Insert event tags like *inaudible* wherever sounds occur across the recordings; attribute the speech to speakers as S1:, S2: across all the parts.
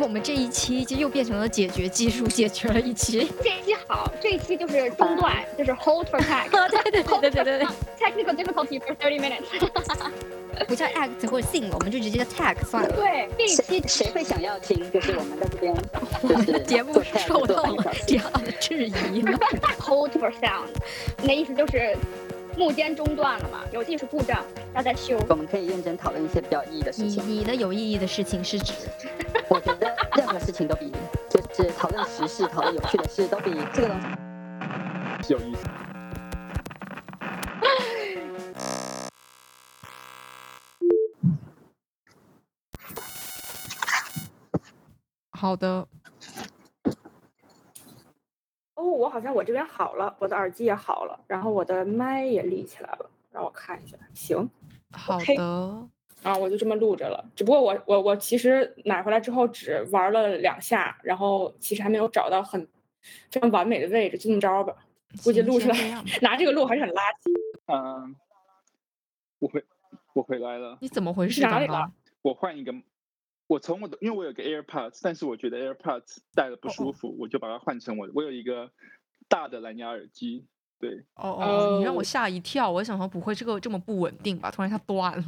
S1: 我们这一期就又变成了解决技术，解决了一 *laughs* 期。
S2: 这一期好，这一期就是中断，
S3: 哎
S2: 就是 hold for
S3: *laughs*
S2: tech，
S1: 对对对对对对对
S2: technical difficulty for thirty
S3: *laughs*
S2: minutes
S1: 不叫 act 或者 sing 了，我们就直接叫 tag 算了。
S2: 对，这一
S4: 谁
S2: 期
S4: 谁会想要听？就是我们在这边，
S1: 我
S4: 就
S1: 们的
S4: 是
S1: *laughs* 节目
S4: 做
S1: 受
S4: tag 做
S1: 到
S4: 半
S1: 了
S4: 小时
S1: 这样的质疑 *laughs* 呢。
S2: *laughs* hold for sound，那意思就是幕间中断了嘛，有技术故障要再修。
S4: 我们可以认真讨论一些比较有意义的事
S1: 你
S4: 情。
S1: 你的有意义的事情是指，
S4: 我觉得任何事情都比就是讨论时事、讨论有趣的事，都比这个东西。
S5: 有意思。
S1: 好的，
S3: 哦，我好像我这边好了，我的耳机也好了，然后我的麦也立起来了，让我看一下。行
S1: 好
S3: OK
S1: 的，
S3: 啊，我就这么录着了。只不过我我我其实买回来之后只玩了两下，然后其实还没有找到很非常完美的位置，就这么着吧。 *laughs* 估计
S1: 行
S3: 录出
S1: 先
S3: 来
S1: 这样吧
S3: 拿这个录还是很垃圾。
S5: 嗯，我回我回来了，
S1: 你怎么回事？
S3: 哪里
S1: 刚刚
S5: 我换一个，我从我的，因为我有个 AirPods，但是我觉得 AirPods 戴了不
S1: 哦
S5: 舒服，我就把它换成我的，我有一个大的蓝牙耳机。对，
S1: 哦哦，你让我
S3: 哦
S1: 吓一跳，我想说不会这个这么不稳定吧？突然它断了，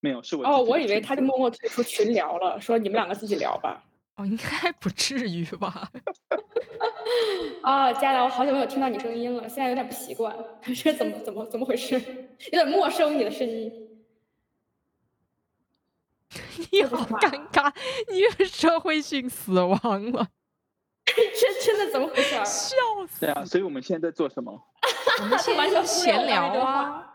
S5: 没有，是我
S3: 哦，
S5: 自己
S3: 我
S5: 的
S3: 以为
S5: 选
S3: 他
S5: 择
S3: 就默默退出群聊了，说你们两个自己聊吧。
S1: 哦，应该不至于吧？
S3: 啊，佳瑶，我好久没有听到你声音了，现在有点不习惯， *laughs* 这怎么怎么怎么回事？有点陌生你的声音。 *laughs*
S1: 你
S3: 不
S1: 好
S3: 说话
S1: 尴尬，你是社会性死亡了，
S3: 这真的怎么回事儿？
S1: 笑死！
S5: 对啊，所以我们现在在做什么？
S1: 我们现
S3: 完全
S1: 在就
S3: 忽略
S1: 闲
S3: 我刚才
S1: 聊
S3: 这话
S1: 啊。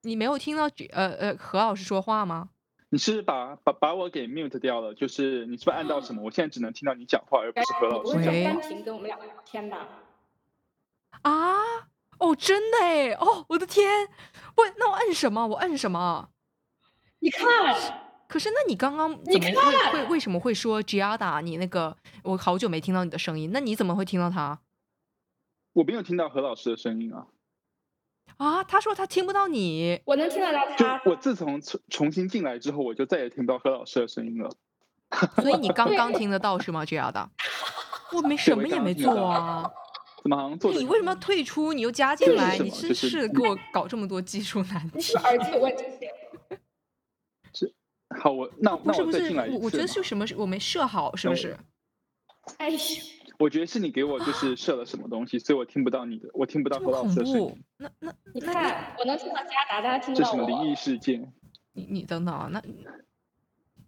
S1: 你没有听到这呃呃何老师说话吗？
S5: 你是不是把把把我给 mute 掉了？就是你是不是按到什么？我现在只能听到你讲话，而不
S3: 该
S5: 是何
S3: 你
S5: 老
S3: 不
S5: 师。
S3: 会正
S1: 喂
S3: 单屏跟我们两个聊天吧？
S1: 啊，哦，真的哎，哦，我的天，不，那我摁什么？我摁什么？
S3: 你看，
S1: 可是，那你刚刚
S3: 你
S1: 怎么会会为什么会说 Giada？你那个我好久没听到你的声音，那你怎么会听到他
S5: 我没有听到何老师的声音啊！
S1: 啊？他说他听不到你，
S3: 我能听得到
S5: 就
S3: 他。
S5: 我自从重重新进来之后，我就再也听不到何老师的声音了。
S1: 所以你刚刚听得到是吗？Giada，我没什
S5: 我
S1: 么也
S5: 刚
S1: 没
S5: 听得
S1: 做
S5: 到
S1: 啊。
S5: 怎么好像做的
S1: 你为什么要退出？你又加
S5: 这
S1: 进
S5: 是
S1: 来，
S5: 什
S1: 你
S5: 么
S1: 真
S5: 这是
S1: 是给我搞这么多技术难
S3: 你
S1: 题。
S3: 是不是耳机有问题？
S5: 好？我那
S1: 不
S5: 那
S1: 是
S5: 我
S1: 不
S5: 再
S1: 是
S5: 进来，一
S1: 我
S5: 次
S1: 我觉得
S5: 嘛
S1: 是什么我没设好，是
S5: 那
S1: 不
S5: 我
S1: 是？
S3: 哎呀，
S5: 我觉得是你给我
S1: *laughs*
S5: 就是设了什么东西，所以我听不到你的，我听不到
S1: 这
S5: 何
S1: 么
S5: 老
S1: 恐
S5: 师的声
S1: 怖
S5: 音。？
S1: 那那
S3: 你
S1: 那那
S3: 看，我能听到佳达，但他听不
S5: 这是
S3: 到
S5: 什么灵
S3: 我。
S5: 异事件？
S1: 你你等等啊，那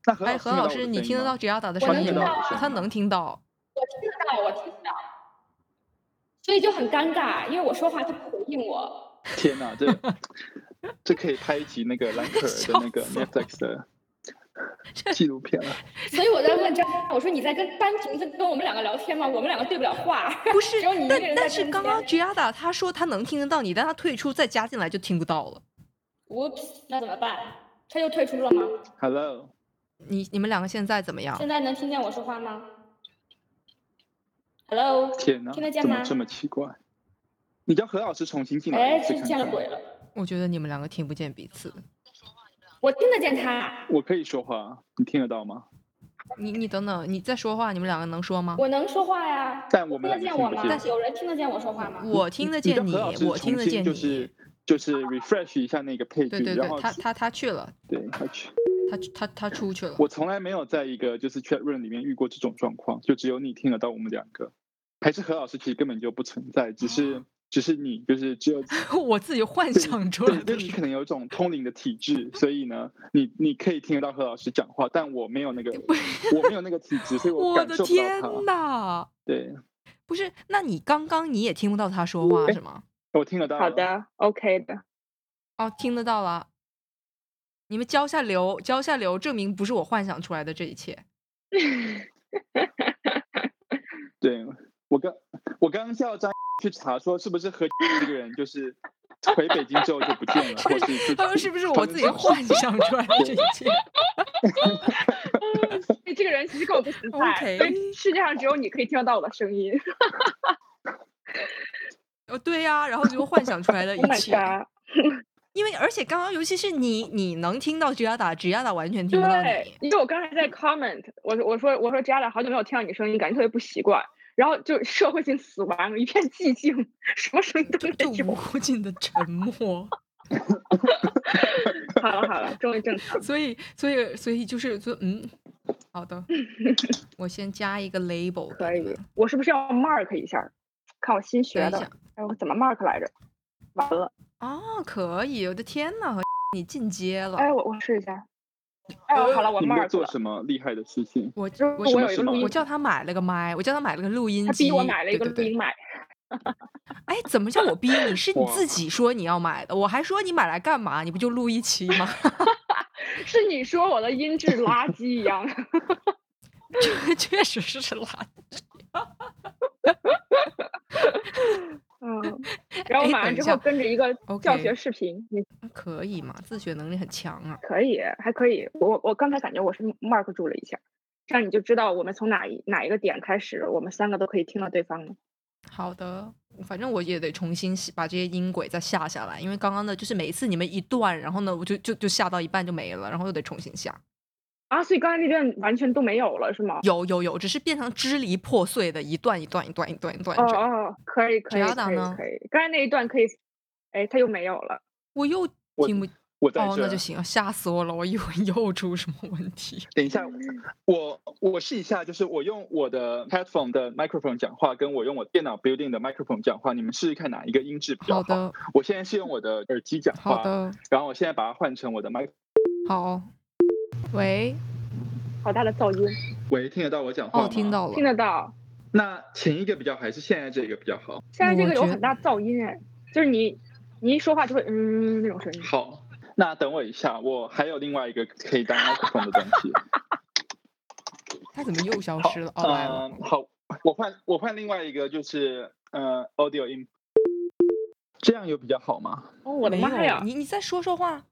S5: 那何
S1: 哎何老
S5: 老师
S1: 师，你听得到 Giada
S3: 我
S1: 的声
S3: 能
S1: 音
S3: 听
S1: 吗
S3: 到啊？
S1: 他能听到。
S3: 我听得到，我听得到。所以就很尴尬，因为我说话他不回应我。
S5: 到？天哪，
S1: *laughs*
S5: 这这可以拍一集那个兰可儿的那个
S1: 笑死我
S5: Netflix 的纪录片了。
S3: 所以我在问张，我说你在跟单屏在跟我们两个聊天吗？我们两个对不了话。
S1: 不是
S3: 只有你，一
S1: 但
S3: 个人在
S1: 但是
S3: 中
S1: 刚刚
S3: 间
S1: Giada 他说他能听得到你，但他退出再加进来就听不到了。
S3: Whoops，那怎么办？他又退出了吗？
S5: Hello，
S1: 你你们两个现在怎么样？
S3: 现在能听见我说话吗？Hello，
S5: 天哪，
S3: 听得见
S5: 怎么
S3: 吗？
S5: 这么奇怪？你叫何老师重新进来
S3: 哎，
S5: 一次
S3: 真
S5: 看
S3: 见了
S5: 看。
S3: 鬼了！
S1: 我觉得你们两个听不见彼此。
S3: 我听得见他，
S5: 我可以说话，啊你听得到吗？
S1: 你你等等，你再说话，你们两个能说吗？
S3: 我能说话呀。
S5: 但我
S3: 听
S5: 们
S3: 得
S5: 两个
S3: 见
S5: 听
S3: 我
S5: 不
S3: 吗？
S5: 见。
S3: 有人听得见我说话吗？
S1: 我听得见
S5: 你
S1: 你，
S5: 叫何老师
S1: 我听
S5: 重
S1: 得
S5: 新
S1: 见你。
S5: 就是就是 refresh 一下那个配
S1: 对
S5: 置，
S1: 对
S5: 然后
S1: 对，他他他去了，
S5: 对他去。
S1: 他他他出去了。
S5: 我从来没有在一个就是 chat room 里面遇过这种状况，就只有你听得到我们两个，还是何老师其实根本就不存在，只是只是你就是只有
S1: 哦 *laughs* 我自己幻
S5: 对
S1: 想出来
S5: 对，
S1: 的
S5: 对
S1: 是
S5: 你可能有一种通灵的体质，所以呢，你你可以听得到何老师讲话，但我没有那个我没有那个体质，
S1: *laughs*
S5: 所以
S1: 我
S5: 感
S1: 的
S5: 受不
S1: 天
S5: 到他。
S1: 呐，
S5: 对，
S1: 不是，那你刚刚你也听不到他说话是吗？
S5: 我听得到。
S6: 好，的，OK 的。
S1: 哦，听得到了。你们交下流，交下流，证明不是我幻想出来的这一切。
S5: 对我刚我刚刚叫张去查说是不是
S1: *laughs*
S5: 何这个人就是回北京之后就不见了，或是就
S1: 他说 *laughs* 是不是我自己幻
S5: *laughs*
S1: 想出来的这一切？
S3: 哎
S6: 这个人其实根本不 *laughs* 存
S1: OK
S6: 在，所以世界上只有你可以听得到我的声音。
S1: 哦，对呀、然后结果幻想出来的一
S3: *laughs*
S6: Oh my
S1: 切。
S6: god！
S1: 因为而且刚刚尤其是你，你能听到 g i a d a g i a d a 完全听不到
S6: 对
S1: 你，。
S6: 因为我刚才在 comment，我说我说我说 j a d a 好久没有听到你声音，感觉特别不习惯。然后就社会性死亡，一片寂静，什么声音都
S1: 就
S6: 没有。
S1: 无 *laughs* 尽的沉默， *laughs*
S6: 好了好了，终于正常。
S1: 所以，所以，所以就是，就嗯，
S6: *laughs*
S1: 好的，我先加一个 label，
S6: 可以，我是不是要 mark 一下儿？看我新学
S1: 等一
S6: 的
S1: 下，
S6: 哎，我怎么 mark 来着？完了，
S1: 啊，可以，我的天呐，你进阶了，
S6: 哎，我我试一下。哎，我好了，我
S5: 你们在
S6: mark
S5: 做
S6: 了。
S5: 什么厉害的事情？
S1: 我
S6: 就是
S1: 我
S6: 我
S5: 有一
S1: 是
S5: 个录
S1: 我
S6: 音
S1: 叫他买了个麦，我叫他买了个录音
S6: 他
S1: 机，
S6: 逼我买了一个
S1: 对
S6: 录
S1: 对
S6: 音
S1: 对
S6: 买，
S1: 哎，怎么叫我逼
S6: *laughs*
S1: 你？是你
S5: 哇
S1: 自己说你要买的，我还说你买来干嘛？你不就录一期吗？ *laughs*
S6: 是你说我的音质垃圾一样。
S1: 这确实是垃圾。 *laughs*
S6: 嗯，然后
S1: 哎
S6: 买
S1: 等
S6: 完
S1: 一
S6: 之
S1: 下
S6: 后跟着一个
S1: OK
S6: 教学视频，你
S1: *laughs* 可以嘛？自学能力很强啊。
S6: 可以，还可以。我我刚才感觉我是 mark 住了一下，这样你就知道我们从哪一哪一个点开始，我们三个都可以听到对方了。
S1: 好的，反正我也得重新洗把这些音轨再下下来，因为刚刚的就是每一次你们一段，然后呢，我就就就下到一半就没了，然后又得重新下。
S6: 啊，所以刚才那段完全都没有了，是吗？
S1: 有有有，只是变成支离破碎的一段一段一段一段一段
S6: 哦
S1: 这样。
S6: 哦，可以可以
S1: 要打
S6: 可以
S1: 呢
S6: 可以，刚才那一段可以，哎，他又没有了。
S1: 我又
S5: 我
S1: 听不
S5: 我在
S1: 哦，
S5: 这
S1: 那
S5: 儿。
S1: 就行，吓死我了！我以为又出什么问
S6: *laughs*
S1: 题。
S5: 等一下，我我试一下，就是我用我的 headphone 的 microphone 讲话，跟我用我电脑 building 的 microphone 讲话，你们试试看哪一个音质比较
S1: 好
S5: 好。
S1: 的，
S5: 我现在是用我的耳机讲
S1: 好
S5: 话，
S1: 的，
S5: 然后我现在把它换成我的麦。
S1: 好。喂，
S6: 好大的噪音，
S5: 喂，听得到我讲话吗？
S1: 哦，听。到了
S6: 听。得到。
S5: 那前一个比较好还是现在这个比较好？
S6: 现在这
S1: 我
S6: 个有
S1: 觉
S6: 很大噪音哎，就是你你一说话就会嗯那种声音。
S5: 好，那等我一下，我还有另外一个可以当 microphone 的东
S1: *laughs*
S5: 西。
S1: 它怎么又消
S5: 好
S1: 失了？哦，来了
S5: 嗯，。好，我换我换另外一个，就是呃 audio in，这样有比较好吗？
S6: 哦，我的
S1: 没
S6: 妈
S1: 有
S6: 呀！
S1: 哎你你再说说话，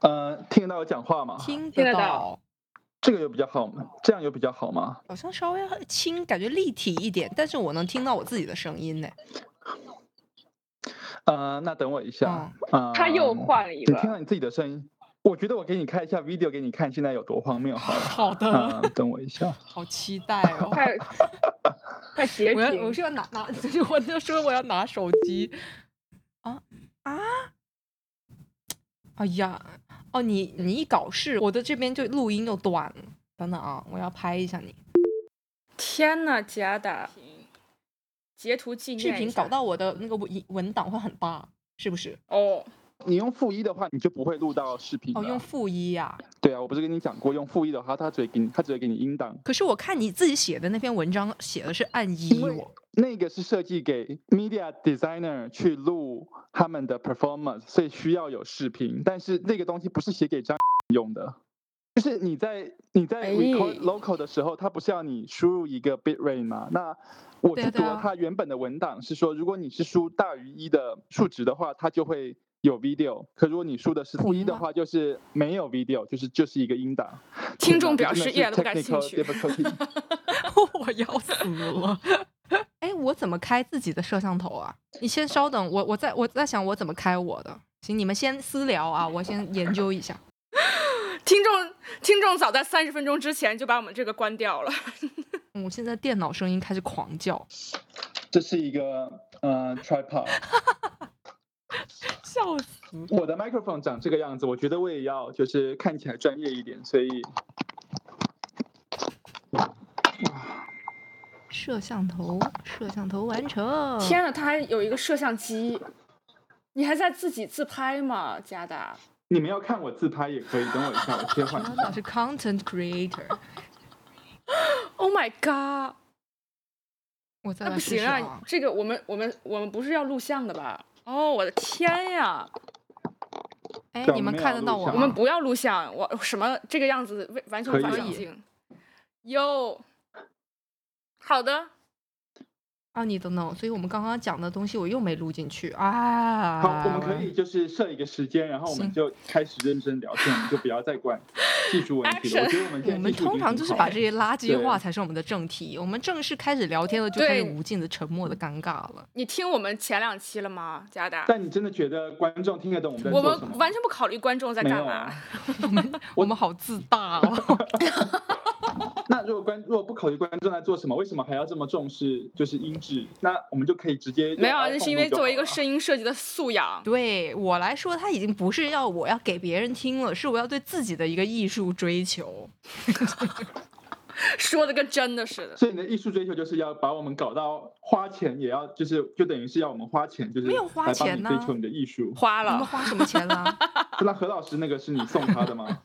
S5: 呃，听得到我讲话吗？
S1: 听
S6: 啊听得
S1: 得
S6: 到
S1: 到，
S5: 这个有比较好吗？这样有比较好吗？
S1: 好像稍微轻，感觉立体一点，但是我能听到我自己的声音呢。
S5: 呃，那等我一
S3: 哦
S5: 下。嗯、
S6: 哦他又换了一
S5: 你听
S6: 个，
S5: 到你自己的声音，我觉得我给你看一下 video 给你看，现在有多荒谬好了。
S1: 好的
S5: 嗯、等我一下。
S1: 好期待哦！
S6: 快快截
S1: 我要我
S6: 屏！
S1: 是要拿拿， *laughs* 就是我就说我要拿手机啊啊！哎呀，哦你你一搞事，我的这边就录音又断了。等等啊，我要拍一下你
S3: 天呐，贾打截图纪
S1: 视
S3: 念
S1: 频，
S3: 一下
S1: 搞到我的那个文文档会很大，是不是？
S3: 哦，
S5: 你用负一的话，你就不会录到视
S3: 嗯
S5: 频了。
S1: 哦，用负一呀。
S5: 对啊，我不是跟你讲过，用负一的话，它只会给你，它只会给你音档。
S1: 可是我看你自己写的那篇文章写的是按一
S5: 因，为
S1: 我
S5: 那个是设计给 media designer 去录他们的 performance，所以需要有视频。但是那个东西不是写给张用的，就是你在你在
S3: 哎
S5: record local 的时候，它不是要你输入一个 bit rate 吗？那我
S1: 对
S5: 去
S1: 啊对
S5: 读
S1: 啊
S5: 它原本的文档是说，如果你是输大于一的数值的话，它就会。有 video，可如果你输的是负一
S1: 明
S5: 的
S1: 白
S5: 话，就是没有 video，就是就是一个音档。
S3: 听
S5: 天
S3: 众
S5: 哪这
S3: 表
S5: 真的是
S3: 示一点都不感兴
S5: technical
S3: 趣。
S5: difficulty
S3: *laughs*
S1: 我要死
S3: 嗯
S1: 了。哎，我怎么开自己的摄像头啊？你先稍等，我我在我在想我怎么开我的。行，你们先私聊啊，我先研究一下。
S3: 听众听众早在三十分钟之前就把我们这个关掉了。
S1: 嗯我现在电脑声音开始狂叫，
S5: 这是一个呃 tripod，
S1: 笑死！
S5: 我的 microphone 长这个样子，我觉得我也要就是看起来专业一点，所以
S1: 摄像头，摄像头完成。
S3: 天啊呐，他还有一个摄像机，你还在自己自拍吗，贾达？
S5: 你们要看我自拍也可以。等我一下，我切换一
S1: 我
S5: 下。
S1: 是 content creator，
S3: Oh my god！
S1: 我再
S3: 那
S1: 来
S3: 不
S1: 试
S3: 行
S1: 试
S3: 啊
S1: 啊，。
S3: 这个我们我们我们不是要录像的吧？哦，我的天呀！
S1: 哎，
S5: 对啊
S1: 你
S5: 我
S1: 们
S5: 们
S1: 看
S5: 要
S1: 得到
S5: 录
S1: 我
S5: 像
S3: 我
S1: 吗？
S3: 们不要录像，我什么这个样子为完全
S5: 可
S3: 无法
S5: 以啊
S3: 想象。哟，好的，
S1: 啊，你等等，所以我们刚刚讲的东西我又没录进去啊。
S5: 好，我们可以就是设一个时间，然后我们
S1: 行
S5: 就开始认真聊天，我们就不要再管技术问题了。我觉得我们现在
S1: 我们
S5: 技术已
S1: 通
S5: 经
S1: 常
S5: 很
S1: 就是
S5: 好
S1: 把
S5: 了
S1: 这些垃圾
S5: 对
S1: 话才是我们的正题，我们正式开始聊天了，就开始
S3: 对
S1: 无尽的沉默的尴尬了。
S3: 你听我们前两期了吗，加拿大？
S5: 但你真的觉得观众听得懂我们在
S3: 我
S5: 做什么
S3: 们？完全不考虑观众在
S5: 没
S3: 干
S5: 有
S3: 嘛
S5: 啊。。
S1: 我们好自大
S5: *laughs*
S1: 哦，
S5: 那如果观如果不考虑观众在做什么，为什么还要这么重视就是音质？那我们就可以直接
S3: 没有啊，
S5: 那
S3: 那是因为作为一个声音设计的素养， *laughs*
S1: 对我来说，它已经不是要我要给别人听了，是我要对自己的一个艺术追求。
S3: 说的跟真的似的。
S5: 所以你的艺术追求就是要把我们搞到花钱，也要就是就等于是要我们花钱，就是
S1: 没有花
S5: 来帮
S1: 钱
S5: 你
S1: 呐
S5: 追求你的艺术。
S3: 花
S1: 你们
S3: 了，
S1: 花什么钱啦？
S5: 那何老师那个是你送他的
S1: *laughs*
S5: 吗？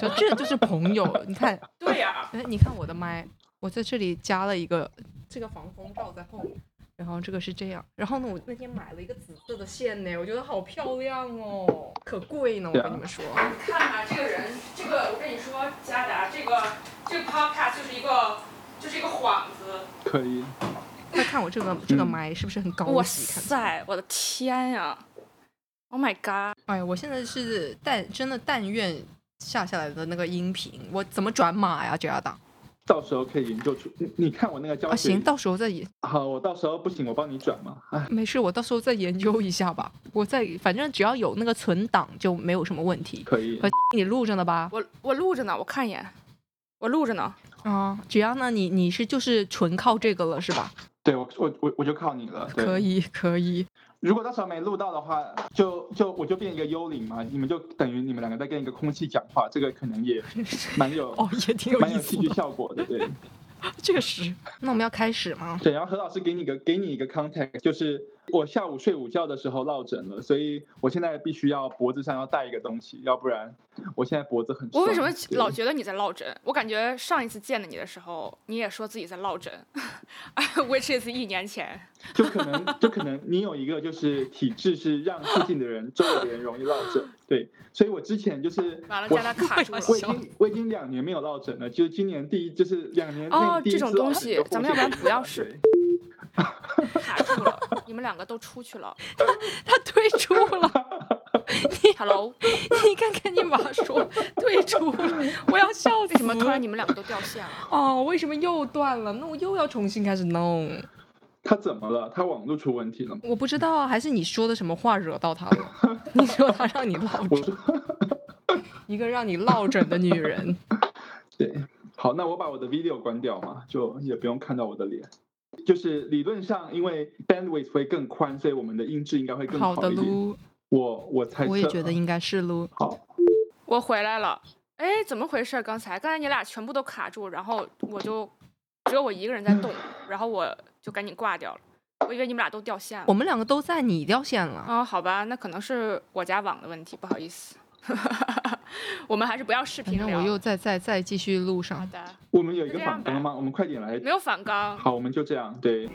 S1: 就这就是朋友，你看，
S3: 对呀、
S1: 哎，你看我的麦，我在这里加了一个这个防风罩在后面，然后这个是这样，然后呢，我那天买了一个紫色的线呢，我觉得好漂亮哦，可贵呢，我
S5: 对
S1: 跟
S5: 啊
S1: 你们说，
S3: 看吧，这个人，这个我跟你说，佳达，这个这个 podcast 就是一个就是一个幌子。
S5: 可以，
S1: 快看我这个这个
S5: 嗯
S1: 麦是不是很高
S3: 哇
S1: 级？看起来
S3: 塞，我的天呀、o h my god！
S1: 哎，我现在是但真的但愿下下来的那个音频，我怎么转码呀？这样打
S5: 到时候可以研究出。你你看我那个教
S1: 啊，
S5: 学，
S1: 行，到时候再研，
S5: 好，我到时候不行，我帮你转嘛。哎，
S1: 没事，我到时候再研究一下吧。 *laughs* 我再反正只要有那个存档就没有什么问题。
S5: 可以
S1: 和，你录着呢吧？
S3: 我我录着呢，我看一眼，我录着呢。
S1: 啊，只要呢你你是就是纯靠这个了是吧？
S5: 对我我我我就靠你了。对
S1: 可。以可以，
S5: 如果到时候没录到的话，就就我就变一个幽灵嘛，你们就等于你们两个在跟一个空气讲话，这个可能也蛮有
S1: 哦也挺有
S5: 蛮
S1: 意
S5: 有
S1: 思
S5: 戏剧
S1: 的，
S5: 效果的，对
S1: 确实。那我们要开始吗？
S5: 对。然后何老师给你一个给你一个 context，就是我下午睡午觉的时候落枕了，所以我现在必须要脖子上要带一个东西，要不然我现在脖子很
S3: 我为什
S5: 酸
S3: 么
S5: 对
S3: 老觉得你在落枕？我感觉上一次见到你的时候，你也说自己在落枕 *laughs* ，which is 一年前。
S5: 就可能就可能你有一个就是体质是让附近的人周围的人容易落枕，对，所以我之前就是
S3: *laughs* 完了，
S5: 我
S3: 加拿卡住了。
S5: 我已经我已经两年没有落枕了，就是今年第一就是两年内
S3: 哦
S5: 第一
S3: 这种
S5: 次落
S3: 东
S5: 枕
S3: 西
S5: 就
S3: 咱
S5: 奉
S3: 们要
S5: 献
S3: 不然
S5: 给
S3: 不
S5: 你
S3: 要
S5: 了
S3: 试
S5: 对
S3: 卡住了，你们两个都出去 *laughs* 了。
S1: 他退出了，
S3: Hello，
S1: *laughs* 你看看你马
S5: *laughs*
S1: 说退出了，我要笑死。
S3: 为什么突然你们两个都掉线了？
S1: 哦，为什么又断了？那我又要重新开始弄。
S5: 他怎么了？他网络出问题了吗？
S1: 我不知道啊，还是你说的什么话惹到他
S5: *laughs*
S1: 了？你说他让你落
S5: 我
S1: 枕， *laughs* 一个让你落枕的女人。
S5: 对，好，那我把我的 video 关掉嘛，就也不用看到我的脸。就是理论上，因为 bandwidth 会更宽，所以我们的音质应该 *laughs* 会更
S1: 好的
S5: 一点。
S1: 撸，
S5: 我我猜测啊，
S1: 我也觉得应该是撸。
S5: 好。
S3: 我回来了。哎，怎么回事？刚才刚才你俩全部都卡住，然后我就只有我一个人在动，然后我就赶紧挂掉了。我以为你们俩都掉线了
S1: 我。们两个都在，你掉线了。
S3: 啊、好吧，那可能是我家网的问题，不好意思。 *laughs* 我们还是不要视
S1: 反
S3: 频
S1: 正
S3: 聊。
S1: 我又再再再继续路
S3: 好
S1: 上。
S3: 的，
S5: 我们有一个
S3: 就这样
S5: 反纲
S3: 吧
S5: 吗？我们快点来
S3: 没。有反刚。
S5: 好，我们就这样。对，